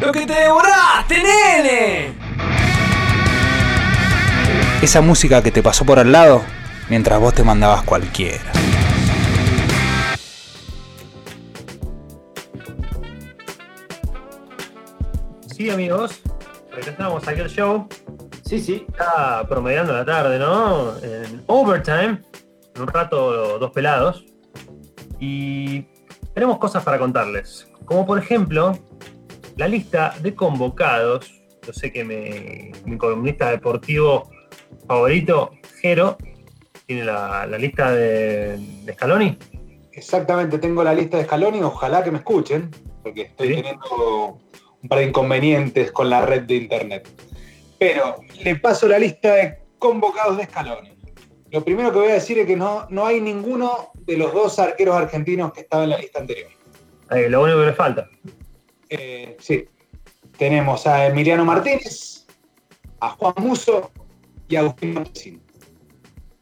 ¡Lo que te devoraste, nene! Esa música que te pasó por al lado mientras vos te mandabas cualquiera. Sí, amigos, regresamos aquí al show. Sí, sí. Está promediando la tarde, ¿no? En overtime. En un rato, dos pelados. Y tenemos cosas para contarles. Como por ejemplo, la lista de convocados. Yo sé que me- mi columnista deportivo favorito, Jero, tiene la, la lista de, de Scaloni. Exactamente, tengo la lista de Scaloni, ojalá que me escuchen, porque estoy Sí. teniendo un par de inconvenientes con la red de internet. Pero le paso la lista de convocados de Scaloni. Lo primero que voy a decir es que no, no hay ninguno de los dos arqueros argentinos que estaba en la lista anterior. Ahí, lo único que le falta. Eh, sí, tenemos a Emiliano Martínez, a Juan Muso y a Agustín Martín.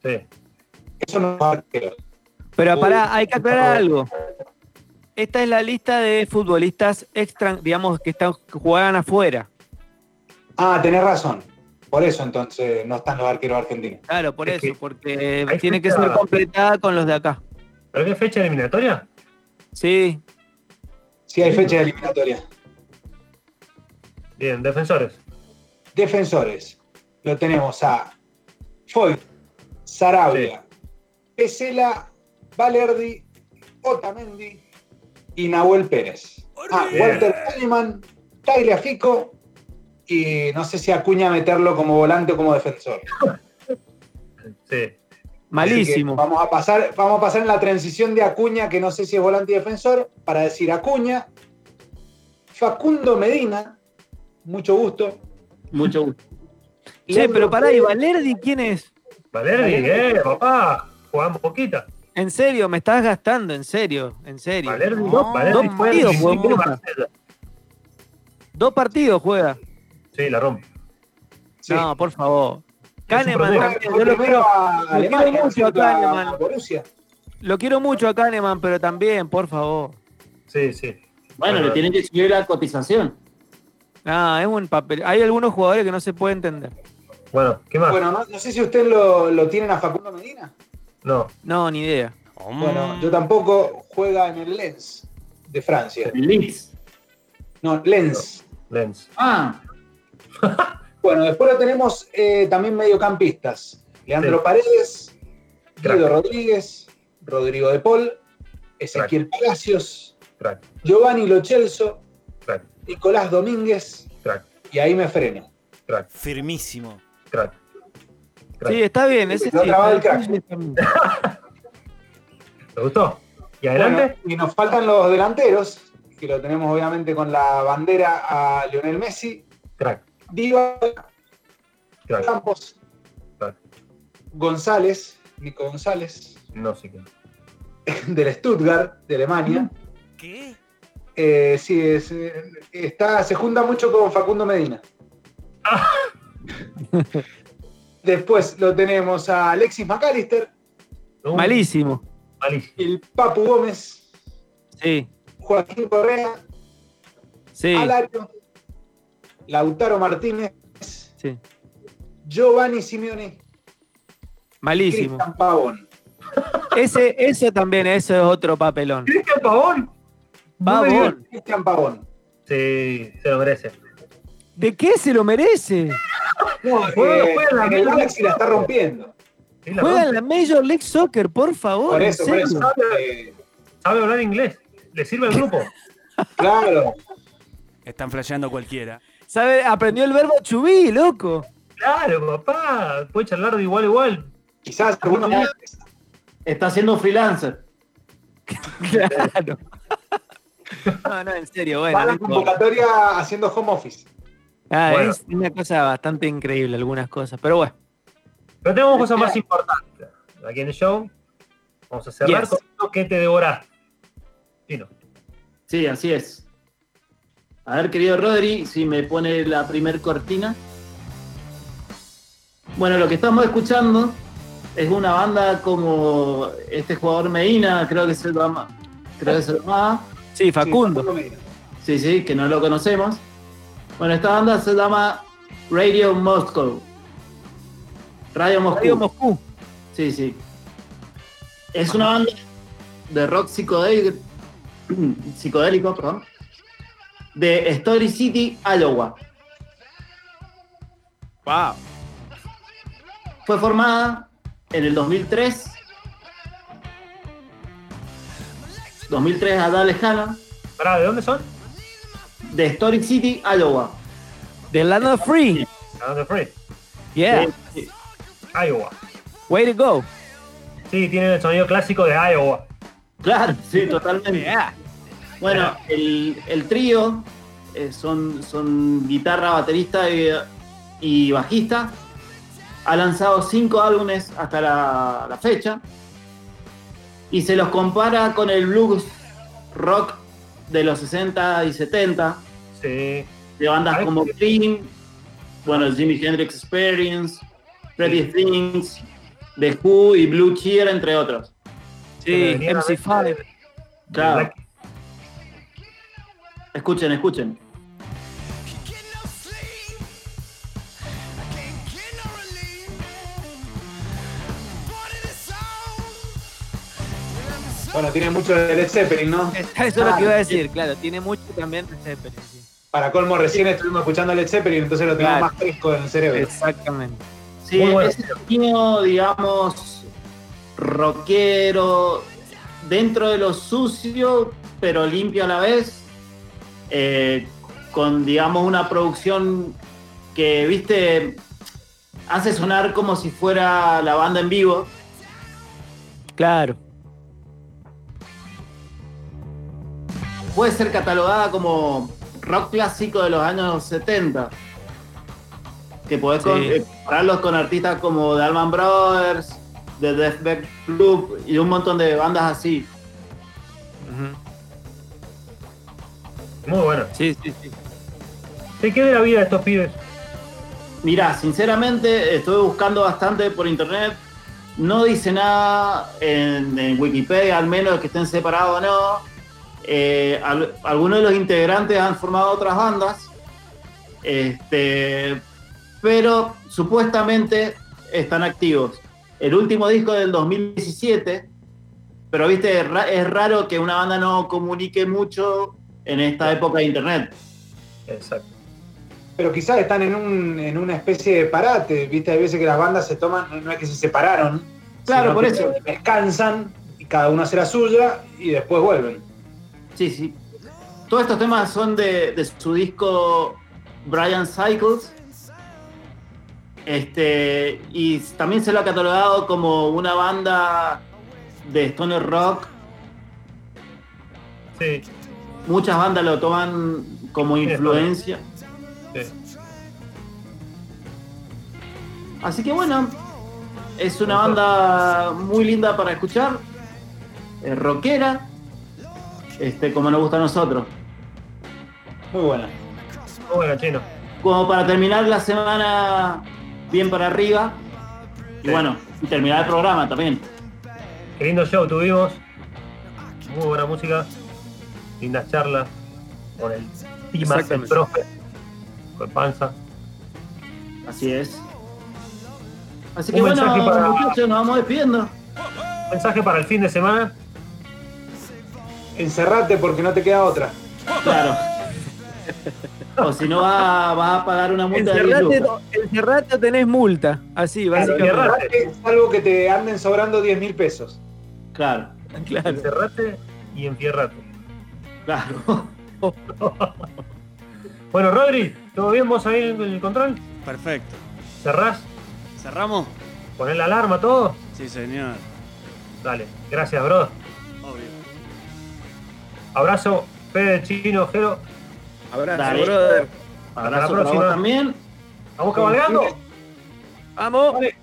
Sí. Esos no son arqueros. Pero Uy, pará, hay que aclarar por algo. Esta es la lista de futbolistas extra, digamos, que están que juegan afuera. Ah, tenés razón. Por eso entonces no están los arqueros argentinos. Claro, por Es eso, que porque hay tiene que fecha- ser completada con los de acá. ¿Pero qué fecha eliminatoria? Sí, Sí, hay fecha de eliminatoria. Bien, defensores. Defensores. Lo tenemos a Foy, Sarabia, Pesela, Valerdi, Otamendi y Nahuel Pérez. Ah, Bien. Walter Kahneman, Tagliafico y no sé si Acuña meterlo como volante o como defensor. Así Sí. que malísimo. Vamos a, pasar, vamos a pasar en la transición de Acuña, que no sé si es volante y defensor, para decir Acuña, Facundo Medina, mucho gusto. Mucho gusto. Che, pero pará, ¿y Valerdi quién es? Valerdi, eh, papá. Jugamos poquita. En serio, me estás gastando, en serio, en serio. Valerdi, No, Valerdi dos fue el partidos principio jugó en de Boca. Marsella. Dos partidos juega. Sí, la rompe. Sí. No, por favor. Kahneman problema. también, yo lo quiero, a Alemania, Alemania, mucho a a Kahneman. Borussia. lo quiero mucho a Kahneman, pero también, por favor. Sí, sí. Bueno, le tienen que subir la cotización. No, Ah, es un papel. Hay algunos jugadores que no se puede entender. Bueno, ¿qué más? Bueno, no, no sé si ustedes lo, lo tienen a Facundo Medina. No. No, ni idea. Bueno, yo tampoco juega en el Lens de Francia. Leeds. No, Lens. Lens. Ah, Bueno, después lo tenemos eh, también mediocampistas. Leandro Sí. Paredes, Guido Crack. Rodríguez, Rodrigo de Paul, Ezequiel Palacios, Crack, Giovanni Lochelso, crack, Nicolás Domínguez, crack, y ahí me freno. crack, Firmísimo. crack. Crack. Sí, está bien. Ese Quedó sí, trabado está el bien, está bien. ¿Te gustó? ¿Y adelante? Bueno, y nos faltan los delanteros, que lo tenemos obviamente con la bandera a Lionel Messi, Crack, Diva crack. Campos, Claro. González, Nico González, No sé qué. del Stuttgart, de Alemania. ¿Qué? Eh, sí, es, eh, está, se junta mucho con Facundo Medina. Después lo tenemos a Alexis McAllister, No, Malísimo. Malísimo. el Papu Gómez, Sí, Joaquín Correa, sí, Alario, Lautaro Martínez, sí. Giovanni Simeone, Malísimo. Cristian Pavón. Ese, ese también, ese es otro papelón. ¿Cristian Pavón? Vamos. Cristian Pavón. Sí, se lo merece. ¿De qué se lo merece? No, Juega- eh, juega la en el mierda. Galaxy la está rompiendo. Sí, la Juega en rompe. la Major League Soccer, por favor. Por en eso, por eso. serio. Eh, Sabe hablar inglés. Le sirve el grupo. claro. Están flasheando cualquiera. ¿Sabe? Aprendió el verbo chubí, loco. Claro, papá. Puede charlar de igual a igual. Quizás algunos meses. está siendo freelancer. Claro. No, no, en serio, bueno. va a no la importa. convocatoria haciendo home office. Ah, Bueno. Es una cosa bastante increíble, algunas cosas. Pero bueno, Pero tenemos cosas más importantes. Aquí en el show vamos a cerrar Yes. con lo que te devoraste. Tino. Sí, así es. A ver, querido Rodri, si me pone la primer cortina. Bueno, lo que estamos escuchando es una banda como este jugador Medina, creo que se llama. Creo que se llamaba. sí, Facundo. Sí, Medina. Sí, sí, que no lo conocemos. Bueno, esta banda se llama Radio Moscow. Radio Moscú. Radio Moscú. Sí, sí. Es una banda de rock psicodélico, psicodélico perdón, de Story City, Iowa. Wow. Fue formada en el 2003. 2003 a lejana Pará, ¿de dónde son? de Story City, Iowa. The Land of Free. Sound of Free, Yeah. Sí, sí. Iowa. Way to go. Sí, tienen el sonido clásico de Iowa. Claro, sí, totalmente. Yeah. Bueno, el, el trío eh, son, son guitarra, baterista y, y bajista. Ha lanzado cinco álbumes hasta la, la fecha. Y se los compara con el blues rock de los 60 y 70, Sí. de bandas Ay, como qué- Cream, bueno, el Jimi Hendrix Experience, Freddy Things, The Who y Blue Cheer, entre otros. Sí, MC5. Claro, escuchen, escuchen. Bueno, tiene mucho de Led Zeppelin, ¿no? Eso es lo que iba a decir, claro. Tiene mucho también de Zeppelin, sí. Para colmo, recién estuvimos escuchando Led Zeppelin, entonces lo tenemos Claro. más fresco en el cerebro. Exactamente. Sí, Muy bueno. ese sonido, digamos, rockero, dentro de lo sucio, pero limpio a la vez, eh, con, digamos, una producción que, viste, hace sonar como si fuera la banda en vivo. Claro. Puede ser catalogada como rock clásico de los años 70. Que podés Sí. con- eh, compararlos con artistas como The Allman Brothers, The Deathbed Club y un montón de bandas así. Muy bueno. Sí, sí, sí. Sí, ¿qué de la vida de estos pibes? Mirá, sinceramente estuve buscando bastante por internet. No dice nada en, en Wikipedia, al menos que estén separados o no. Eh, al- algunos de los integrantes han formado otras bandas. Este, pero supuestamente están activos. El último disco del 2017. Pero viste, es ra- es raro que una banda no comunique mucho en esta época de internet. Exacto. Pero quizás están en, un, en una especie de parate, ¿viste? Hay veces que las bandas se toman, no es que se separaron. Claro, sino por que eso. Descansan y cada uno hace la suya y después vuelven. Sí, sí. Todos estos temas son de, de su disco Brian Cycles. Este, y también se lo ha catalogado como una banda de stoner rock. Sí. Muchas bandas lo toman como Sí, influencia. sí. Así que bueno, es una banda muy linda para escuchar, eh, rockera, este, como nos gusta a nosotros. Muy buena. Muy bueno, chino. como para terminar la semana bien para arriba. Y Sí. bueno, y terminar el programa también. Qué lindo show tuvimos. Muy buena música. Lindas charlas. Con el Timas, el Exactamente. profe. Con Panza. Así es. Así Un que bueno, mensaje para- muchachos, nos vamos despidiendo. Mensaje para el fin de semana. Encerrate porque no te queda otra. Claro. O si no va- vas a pagar una multa de 10 Encerrate, lucas. encerrate o tenés multa. Así, básicamente. Encerrate. Salvo que te anden sobrando 10 mil pesos. Claro, Claro. Encerrate y enfierrate. claro. Bueno, Rodri, ¿todo bien vos ahí en el control? Perfecto. ¿Cerrás? ¿Cerramos? ¿Ponés la alarma todo? Sí, señor. Dale. Gracias, bro. Obvio. Abrazo, Fede, Chino, Jero. Abrazo, Dale. brother. la Abrazo para próxima. vos también. ¿Vamos cabalgando? Vamos. Vale.